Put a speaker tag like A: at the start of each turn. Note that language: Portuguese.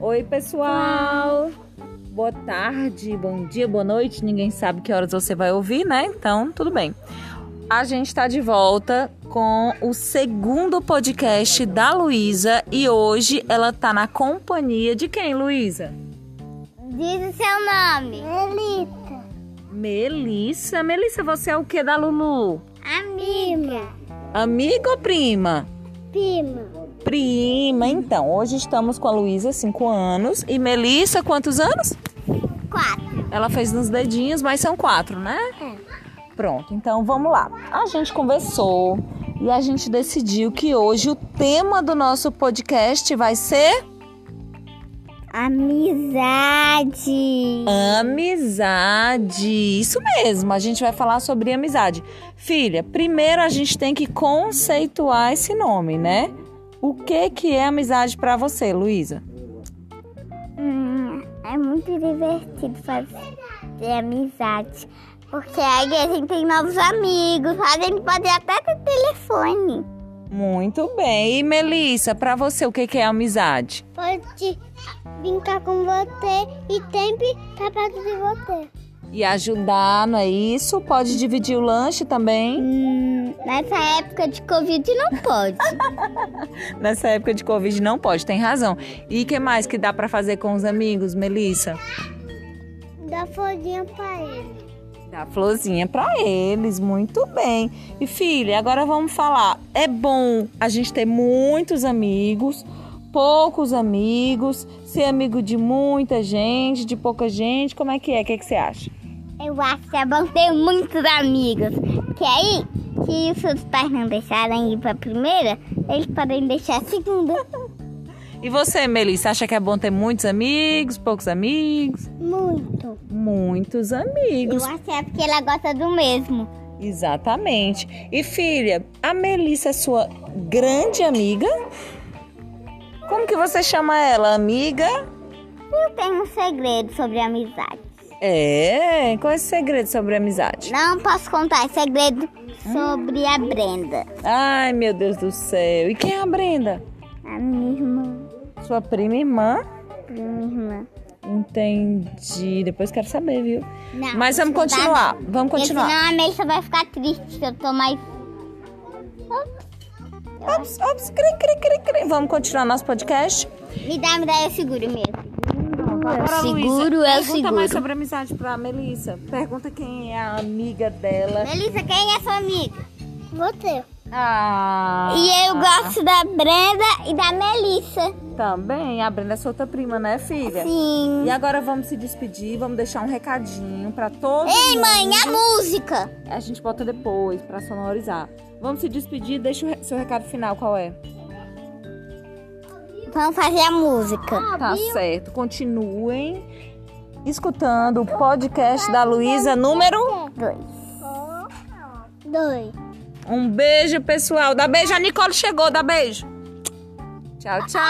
A: Oi, pessoal! Boa tarde, bom dia, boa noite. Ninguém sabe que horas você vai ouvir, né? Então, tudo bem. A gente está de volta com o segundo podcast da Luísa e hoje ela tá na companhia de quem, Luísa?
B: Diz o seu nome. Melita.
A: Melissa. Melissa, você é o que da Lulu?
B: Amiga.
A: Amiga ou prima?
B: Prima.
A: Prima, então. Hoje estamos com a Luísa, 5 anos. E Melissa, quantos anos?
B: Quatro.
A: Ela fez nos dedinhos, mas são quatro, né? Pronto, então vamos lá. A gente conversou e a gente decidiu que hoje o tema do nosso podcast vai ser
B: Amizade.
A: amizade. Isso mesmo, a gente vai falar sobre amizade. Filha, primeiro a gente tem que conceituar esse nome, né? O que que é amizade pra você, Luísa?
B: Hum, é muito divertido fazer amizade. Porque aí a gente tem novos amigos. A gente pode até ter telefone.
A: Muito bem. E Melissa, pra você o que que é amizade?
B: Pode brincar com você e sempre estar perto de você.
A: E ajudar, não é isso? Pode dividir o lanche também?
B: Hum, nessa época de Covid não pode.
A: Nessa época de Covid não pode, tem razão. E o que mais que dá pra fazer com os amigos, Melissa?
B: Dá folhinha pra ele.
A: Dá florzinha pra eles, muito bem. E filha, agora vamos falar. É bom a gente ter muitos amigos, poucos amigos, ser amigo de muita gente, de pouca gente. Como é que é? O que, é que você acha?
B: Eu acho que é bom ter muitos amigos. Que aí, se os seus pais não deixarem ir pra primeira, eles podem deixar a segunda.
A: E você, Melissa, acha que é bom ter muitos amigos, poucos amigos?
B: Muito.
A: Muitos
B: Eu
A: amigos.
B: acho que é porque ela gosta do mesmo.
A: Exatamente. E filha, a Melissa é sua grande amiga? Como que você chama ela? Amiga?
B: Eu tenho um segredo sobre amizade.
A: É, qual é o segredo sobre a amizade?
B: Não posso contar esse segredo sobre a Brenda.
A: Ai, meu Deus do céu. E quem é a Brenda?
B: A minha irmã.
A: Sua prima e irmã?
B: Minha irmã.
A: Entendi. Depois quero saber, viu?
B: Não,
A: Mas vamos
B: isso dá
A: continuar. Vamos
B: Porque
A: continuar.
B: Senão a Melissa vai ficar triste que eu tô mais.
A: Ops, ops, cri, cri, cri, cri. Vamos continuar nosso podcast?
B: Me dá, me dá, eu seguro mesmo.
A: Agora,
B: seguro,
A: Luísa,
B: é
A: Pergunta
B: seguro.
A: mais sobre a amizade pra Melissa. Pergunta quem é a amiga dela.
B: Melissa, quem é sua amiga? Você.
A: Ah.
B: E eu gosto da Brenda e da Melissa.
A: Também, a Brenda é sua outra prima, né, filha?
B: Sim.
A: E agora vamos se despedir, vamos deixar um recadinho pra todos.
B: Ei, mãe, a música.
A: A gente bota depois pra sonorizar. Vamos se despedir, deixa o re- seu recado final, qual é?
B: Vamos fazer a música.
A: Tá certo, continuem escutando o podcast da Luísa número.
B: Dois. Dois.
A: Um beijo, pessoal. Dá beijo, a Ah. Nicole chegou, dá beijo. Tchau, tchau.